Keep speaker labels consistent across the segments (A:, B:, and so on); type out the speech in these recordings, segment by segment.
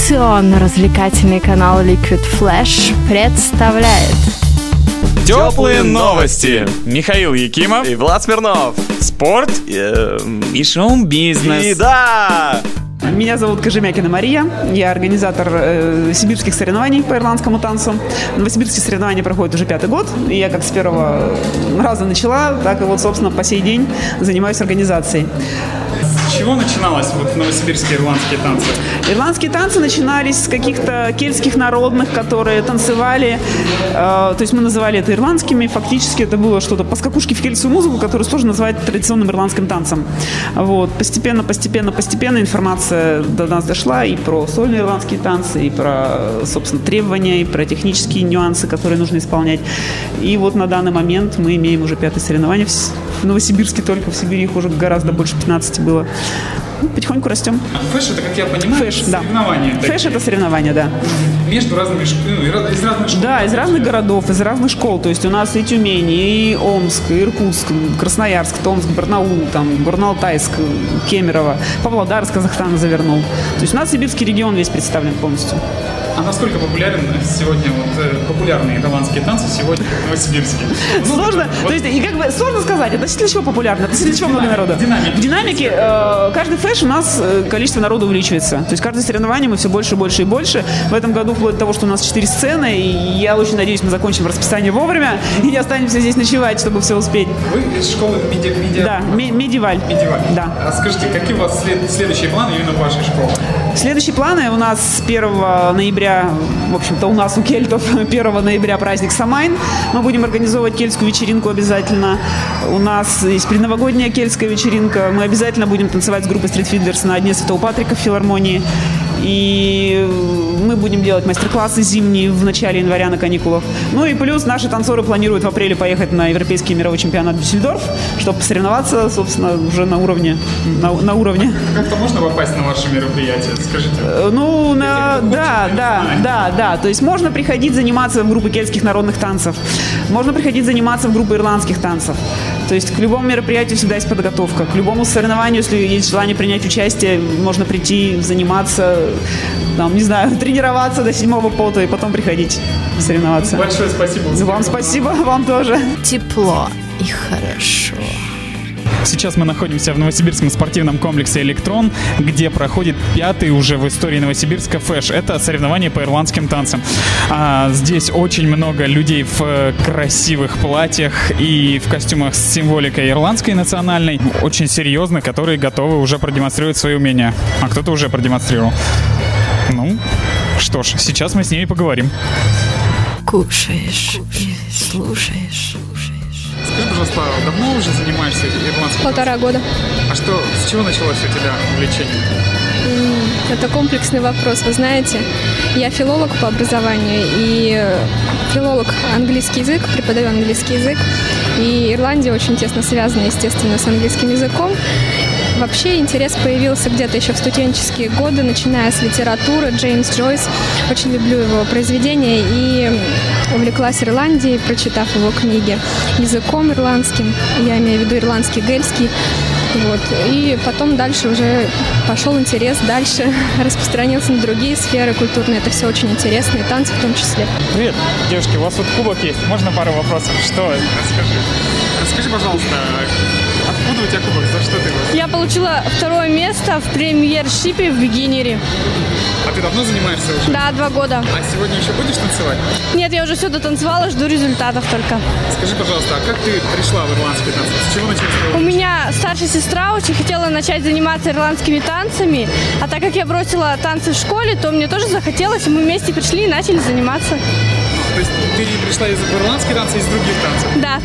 A: Информационно-развлекательный канал Liquid Flash представляет
B: Теплые новости. Михаил Якимов,
C: И Влад Смирнов.
B: спорт
C: Эм,
B: Э, и шоу-бизнес.
C: И да!
D: Меня зовут Кожемякина Мария, я организатор э, сибирских соревнований по ирландскому танцу. Новосибирские соревнования проходят уже пятый год, и я как с первого раза начала, так и вот, собственно, по сей день занимаюсь организацией.
E: С чего начиналось вот новосибирские ирландские танцы?
D: Ирландские танцы начинались с каких-то кельтских народных, которые танцевали, э, то есть мы называли это ирландскими, фактически это было что-то по скакушке в кельтскую музыку, которую сложно называть традиционным ирландским танцем. Вот. Постепенно, постепенно, постепенно информация до нас дошла и про сольные ирландские танцы, и про, собственно, требования, и про технические нюансы, которые нужно исполнять. И вот на данный момент мы имеем уже пятое соревнование в С- в Новосибирске только, в Сибири их уже гораздо больше 15 было. Ну, Потихоньку растем.
E: Фэш это, как я понимаю,
D: Фэш, да.
E: соревнования такие
D: Фэш это соревнования, да.
E: между разными ш- ну, и раз- из разных школ.
D: Да, из разных городов, из разных школ. То есть у нас и Тюмень, и Омск, и Иркутск, Красноярск, Томск, Барнаул, там, Горно-Алтайск, Кемерово, Павлодар, Казахстан завернул. То есть у нас сибирский регион весь представлен полностью.
E: А насколько популярен сегодня вот э, популярные ирландские танцы сегодня в Новосибирске? Ну,
D: Сложно,
E: вот
D: то есть, и как бы сложно сказать, относительно чего популярно, относительно чего много народу.
E: динамики.
D: В динамике э, каждый фэш у нас э, количество народа увеличивается. То есть каждое соревнование мы все больше, больше и больше. В этом году вплоть до того, что у нас 4 сцены, и я очень надеюсь, мы закончим расписание вовремя и не останемся здесь ночевать, чтобы все успеть.
E: Вы из школы медиа... медиа...
D: Да, ме- медиваль.
E: медиеваль.
D: Да.
E: А скажите, какие у вас след- следующие планы именно вашей школы?
D: Следующие планы у нас с 1 ноября, в общем-то, у нас у кельтов 1 ноября праздник Самайн. Мы будем организовывать кельтскую вечеринку обязательно. У нас есть предновогодняя кельтская вечеринка. Мы обязательно будем танцевать с группой Street Fiddlers на Дне Святого Патрика в филармонии. И мы будем делать мастер-классы зимние в начале января на каникулах. Ну и плюс наши танцоры планируют в апреле поехать на Европейский мировой чемпионат Дюссельдорф, чтобы посоревноваться, собственно, уже на уровне. На, на уровне.
E: Как-то можно попасть на ваше мероприятие? Скажите.
D: Э, Ну, на-
E: кто хочет,
D: да,
E: я
D: да,
E: знаю.
D: да, да. То есть можно приходить заниматься в группы кельтских народных танцев. Можно приходить заниматься в группы ирландских танцев. То есть к любому мероприятию всегда есть подготовка. К любому соревнованию, если есть желание принять участие, можно прийти, заниматься, там, не знаю, тренироваться до седьмого пота и потом приходить соревноваться.
E: Большое спасибо.
D: Вам спасибо, вам тоже.
A: тепло и хорошо.
E: Сейчас мы находимся в новосибирском спортивном комплексе «Электрон», где проходит пятый уже в истории Новосибирска фэш. Это соревнование по ирландским танцам. А, здесь очень много людей в э, красивых платьях и в костюмах с символикой ирландской национальной. Очень серьезно, которые готовы уже продемонстрировать свои умения. А кто-то уже продемонстрировал. Ну, что ж, сейчас мы с ними поговорим.
F: Кушаешь, и слушаешь.
E: Скажи, пожалуйста, давно уже занимаешься ирландским
G: Полтора года.
E: А что, с чего началось у тебя увлечение?
G: Это комплексный вопрос, вы знаете. Я филолог по образованию и э, филолог английский язык, преподаю английский язык. И Ирландия очень тесно связана, естественно, с английским языком. Вообще интерес появился где-то еще в студенческие годы, начиная с литературы. Джеймс Джойс. Очень люблю его произведения и м, увлеклась Ирландией, прочитав его книги языком ирландским. Я имею в виду ирландский, гельский. Вот. И потом дальше уже пошел интерес, дальше распространился на другие сферы культурные. Это все очень интересно, и танцы в том числе.
E: Привет, девушки, у вас тут кубок есть. Можно пару вопросов? Что? Расскажи. Расскажи, пожалуйста, откуда у тебя кубок? За что ты его?
H: Я получила второе место в премьер-шипе в бигинере.
E: А ты давно занимаешься уже?
H: Да, два года.
E: А сегодня еще будешь танцевать?
H: Нет, я уже все дотанцевала, жду результатов только.
E: Скажи, пожалуйста, а как ты пришла в ирландский танцы? С чего началось?
H: У
E: твое-
H: меня старшая сестра очень хотела начать заниматься ирландскими танцами, а так как я бросила танцы в школе, то мне тоже захотелось, и мы вместе пришли и начали заниматься.
E: То есть ты пришла из ирландских танцев, а из других танцев?
H: Да,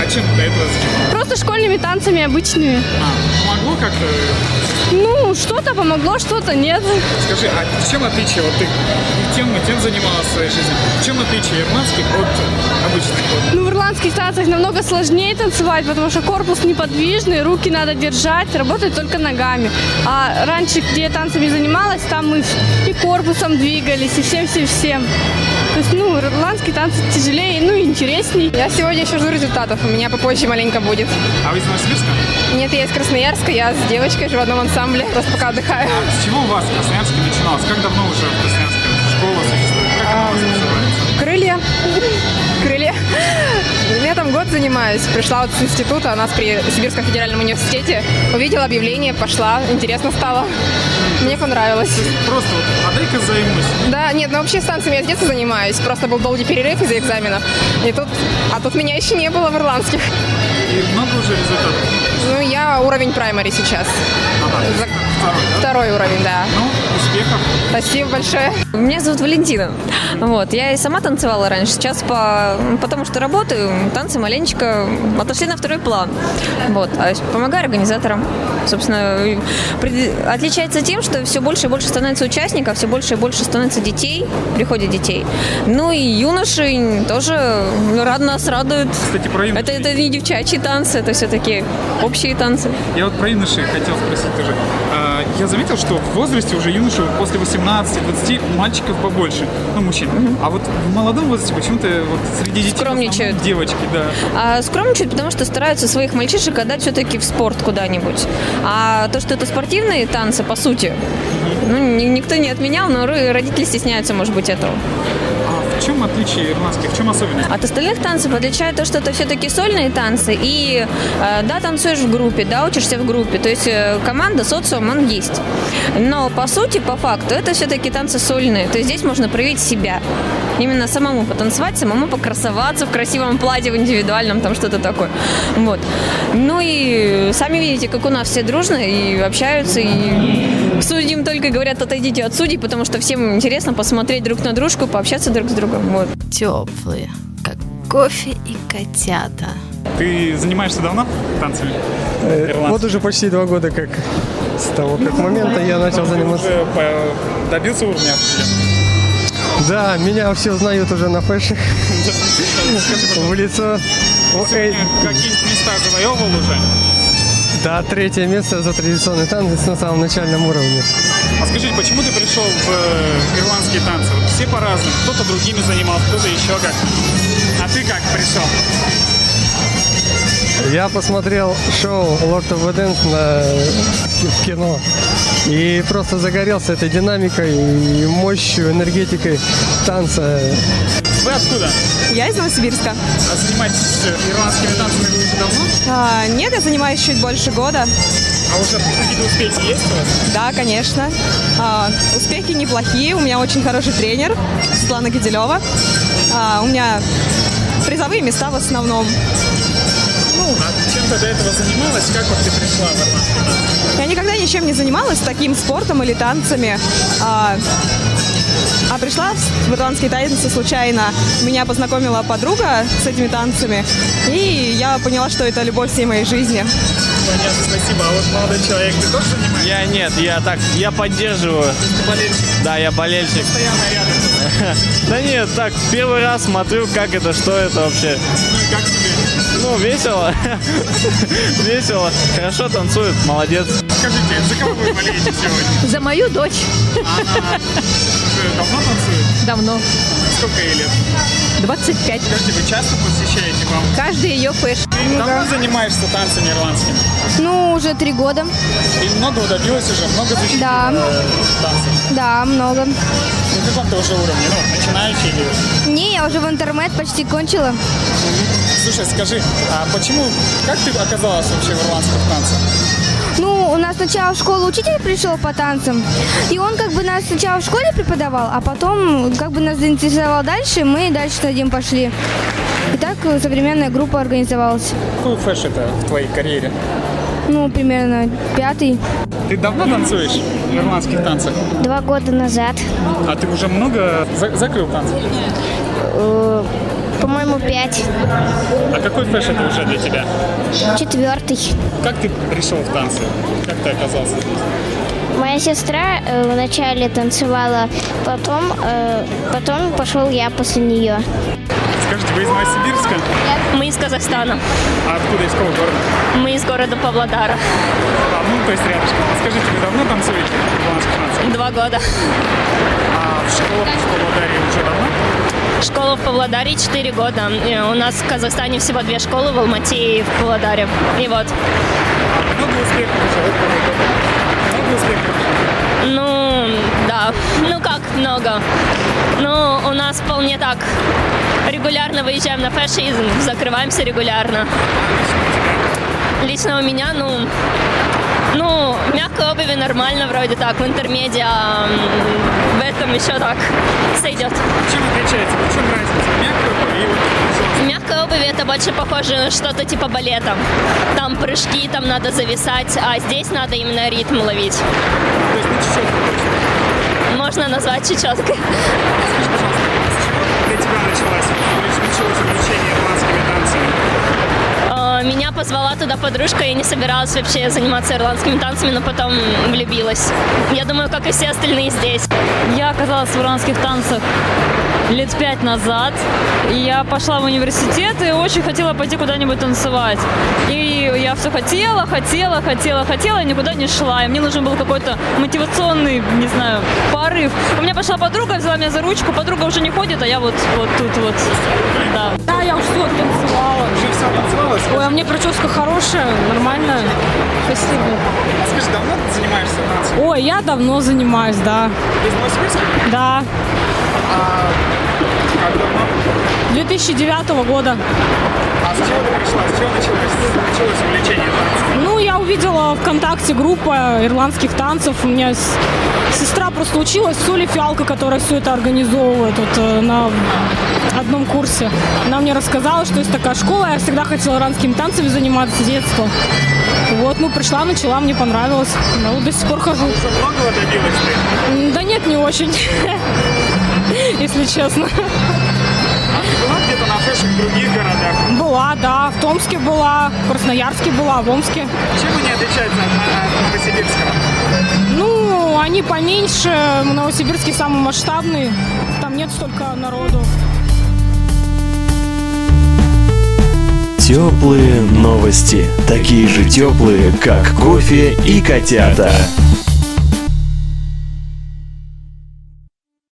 E: А чем ты до этого занималась?
H: просто школьными танцами обычными.
E: А, помогло как-то?
H: Ну, что-то помогло, что-то нет.
E: Скажи, а в чем отличие? Вот ты и тем, и тем занималась в своей жизни. В чем отличие ирландских от обычных? Вот.
H: Ну, в ирландских танцах намного сложнее танцевать, потому что корпус неподвижный, руки надо держать, работать только ногами. А раньше, где я танцами занималась, там мы и корпусом двигались, и всем-всем-всем. То есть, ну, ирландские танцы тяжелее, ну, и интересней.
I: Я сегодня еще жду результатов, у меня попозже маленько будет.
E: А вы из Новосибирска?
I: Нет, я из Красноярска, я с девочкой живу в одном ансамбле, просто пока отдыхаю.
E: А С чего у вас в Красноярске начиналось? Как давно уже в Красноярске школа существует? Как она у вас называется?
I: Крылья. Крылья. Я там год занимаюсь. Пришла вот с института, у нас при Сибирском федеральном университете. Увидела объявление, пошла, интересно стало. Мне понравилось.
E: Просто вот, а дай-ка займусь.
I: Да, нет, ну вообще станциями я с детства занимаюсь. Просто был долгий перерыв из-за экзаменов. И тут, а тут меня еще не было в ирландских.
E: ну И много уже результатов.
I: Ну, я уровень праймари сейчас. За-
E: Второй, да?
I: Второй уровень, да.
E: Ну, успехов.
I: Спасибо большое.
G: Меня зовут Валентина. Вот, я и сама танцевала раньше, сейчас по, потому что работаю, танцы маленечко отошли на второй план. Вот, а с- помогаю организаторам. Собственно, и пред- отличается тем, что все больше и больше становится участников, все больше и больше становится детей, приходит детей. Ну и юноши тоже ну, рад нас радуют.
E: Кстати, про юношей.
G: Это, это не девчачьи танцы, это все-таки общие танцы.
E: Я вот про юноши хотел спросить тоже. А, Я заметил, что в возрасте уже юноши вот после 18-20 мальчиков побольше, ну, мужчин. А вот в молодом возрасте почему-то вот среди детей в основном
G: Скромничают.
E: девочки, да.
G: А скромничают, потому что стараются своих мальчишек отдать все-таки в спорт куда-нибудь. А то, что это спортивные танцы, по сути, ну, ни- никто не отменял, но ры- родители стесняются, может быть, этого.
E: А в чем отличие ирландских, в чем особенность?
G: От остальных танцев отличает то, что это все-таки сольные танцы, и э, да, танцуешь в группе, да, учишься в группе, то есть э, команда, социум, он есть. Но по сути, по факту, это все-таки танцы сольные, то есть здесь можно проявить себя. Именно самому потанцевать, самому покрасоваться в красивом платье, в индивидуальном, там что-то такое. Вот. Ну и сами видите, как у нас все дружно и общаются, и судьям только говорят, отойдите от судей, потому что всем интересно посмотреть друг на дружку, пообщаться друг с другом. Вот.
A: Теплые, как кофе и котята.
E: Ты занимаешься давно танцами? Ирландскими?
J: Вот уже почти два года как с того как момента я начал заниматься.
E: Уже по- добился уровня?
J: Да, меня все знают уже на фэшах, в лицо. О, эй,
E: Какие-то места завоевывал уже?
J: Да, третье место за традиционный танец на самом начальном уровне.
E: А скажите, почему ты пришел в э, ирландские танцы? Вот все по-разному. Кто-то другими занимался, кто-то еще как. А ты как пришел?
J: Я посмотрел шоу Lord of the Dance на... в кино и просто загорелся этой динамикой и мощью, энергетикой танца.
E: Вы откуда?
G: Я из Новосибирска.
E: А занимаетесь э, ирландскими танцами вы уже давно?
G: А, нет, я занимаюсь чуть больше года.
E: А уже какие-то успехи есть у вас?
G: Да, конечно. А, успехи неплохие. У меня очень хороший тренер Светлана Гадилева. у меня призовые места в основном. Ну
E: А чем ты до этого занималась? Как вот ты пришла в ирландские танцы?
G: Я никогда ничем не занималась таким спортом или танцами. А, а пришла в ирландские танцы случайно. Меня познакомила подруга с этими танцами. И я поняла, что это любовь всей моей жизни.
E: Понятно, спасибо. А вот молодой человек, ты тоже занимаешься?
C: Я нет, я так, я поддерживаю.
E: Ты болельщик
C: Да, я болельщик.
E: постоянно рядом.
C: Да нет, так, первый раз смотрю, как это, что это вообще.
E: Ну и как тебе?
C: Ну, весело. Весело. Хорошо танцует, молодец.
E: Скажите, за кого вы болеете сегодня?
K: За мою дочь
E: Она уже давно танцует?
K: давно,
E: Сколько ей лет?
K: 25.
E: Скажите, вы часто посещаете вам?
K: Каждый ее фэшн.
E: Давно занимаешься танцами ирландскими?
H: Ну, уже три года.
E: И много добилась уже, много защитила
H: Да.
E: э, танцев.
H: Да, много.
E: На каком ты уже уровне? Ну, начинающий или...
H: Не, я уже в интернет почти кончила.
E: Слушай, скажи, а почему, как ты оказалась вообще в ирландских танцах?
H: Ну, у нас сначала в школу учитель пришел по танцам, и он как бы нас сначала в школе преподавал, а потом как бы нас заинтересовал дальше, мы дальше с Надим пошли. И так э, современная группа организовалась.
E: Какой фэш это в твоей карьере?
H: Ну, примерно пятый.
E: Ты давно танцуешь в ирландских танцах?
H: Два года назад.
E: А ты уже много за- закрыл танцев?
H: По-моему, пять.
E: А какой фэш это уже для тебя?
H: Четвертый.
E: Как ты пришел в танцы? Как ты оказался здесь?
H: Моя сестра э, вначале танцевала, потом, э, потом пошел я после нее.
E: Скажите, вы из Новосибирска?
K: Мы из Казахстана.
E: А откуда, из какого города?
K: Мы из города Павлодара.
E: А, ну, то есть рядышком. А скажите, вы давно танцуете в ирландских танцах?
K: Два года.
E: А в школу в Павлодаре уже давно?
G: Школа в Павлодаре 4 года. Э, У нас в Казахстане всего две школы, в Алмате и в Павлодаре. И вот.
E: А,
G: Ну, да. Ну как много. Ну, у нас вполне так. Регулярно выезжаем на фэшизм, закрываемся регулярно. Лично у меня, ну, ну, мягкой обуви нормально вроде так, в интермедиа м, в этом еще так сойдет.
E: Чем отличается? В чем разница? Мягкая и вот
G: Мягкая обувь это больше похоже на что-то типа балета. Там прыжки, там надо зависать, а здесь надо именно ритм ловить. Можно назвать чечеткой.
E: для тебя началась? Началось увлечение ирландскими танцами.
G: Э, Меня позвала туда подружка, я не собиралась вообще заниматься ирландскими танцами, но потом влюбилась. Я думаю, как и все остальные здесь.
J: Я оказалась в ирландских танцах лет пять назад. И я пошла в университет и очень хотела пойти куда-нибудь танцевать. И я все хотела, хотела, хотела, хотела, и никуда не шла. И мне нужен был какой-то мотивационный, не знаю, порыв. У меня пошла подруга, взяла меня за ручку, подруга уже не ходит, а я вот, вот тут вот. Да. Да, я уже все танцевала.
E: Уже вся танцевалась?
J: Ой, а мне прическа хорошая, нормально. Спасибо.
E: А Скажи, давно ты занимаешься танцами?
J: Ой, я давно занимаюсь, да.
E: Из Новосибирска?
J: Да.
E: А как давно?
J: 2009 года.
E: А с чего ты пришла? С чего началось, началось увлечение танцами?
J: Ну, я увидела ВКонтакте группа ирландских танцев. У меня с- сестра просто училась, Соли Фиалка, которая все это организовывает вот, э, на одном курсе. Она мне рассказала, что есть такая школа. Я всегда хотела ирландскими танцами заниматься с детства. Вот, ну, пришла, начала, мне понравилось. Ну, до сих пор хожу.
E: Многого добилась ты?
J: М, Да нет, не очень, если честно.
E: А ты была где-то на фэшн в других городах?
J: Была, да, в Томске была, в Красноярске была, в Омске.
E: Чем они отличаются от Новосибирского?
J: Ну, они поменьше, Новосибирский самый масштабный, там нет столько народу.
C: Теплые новости. Такие же теплые, как кофе и котята.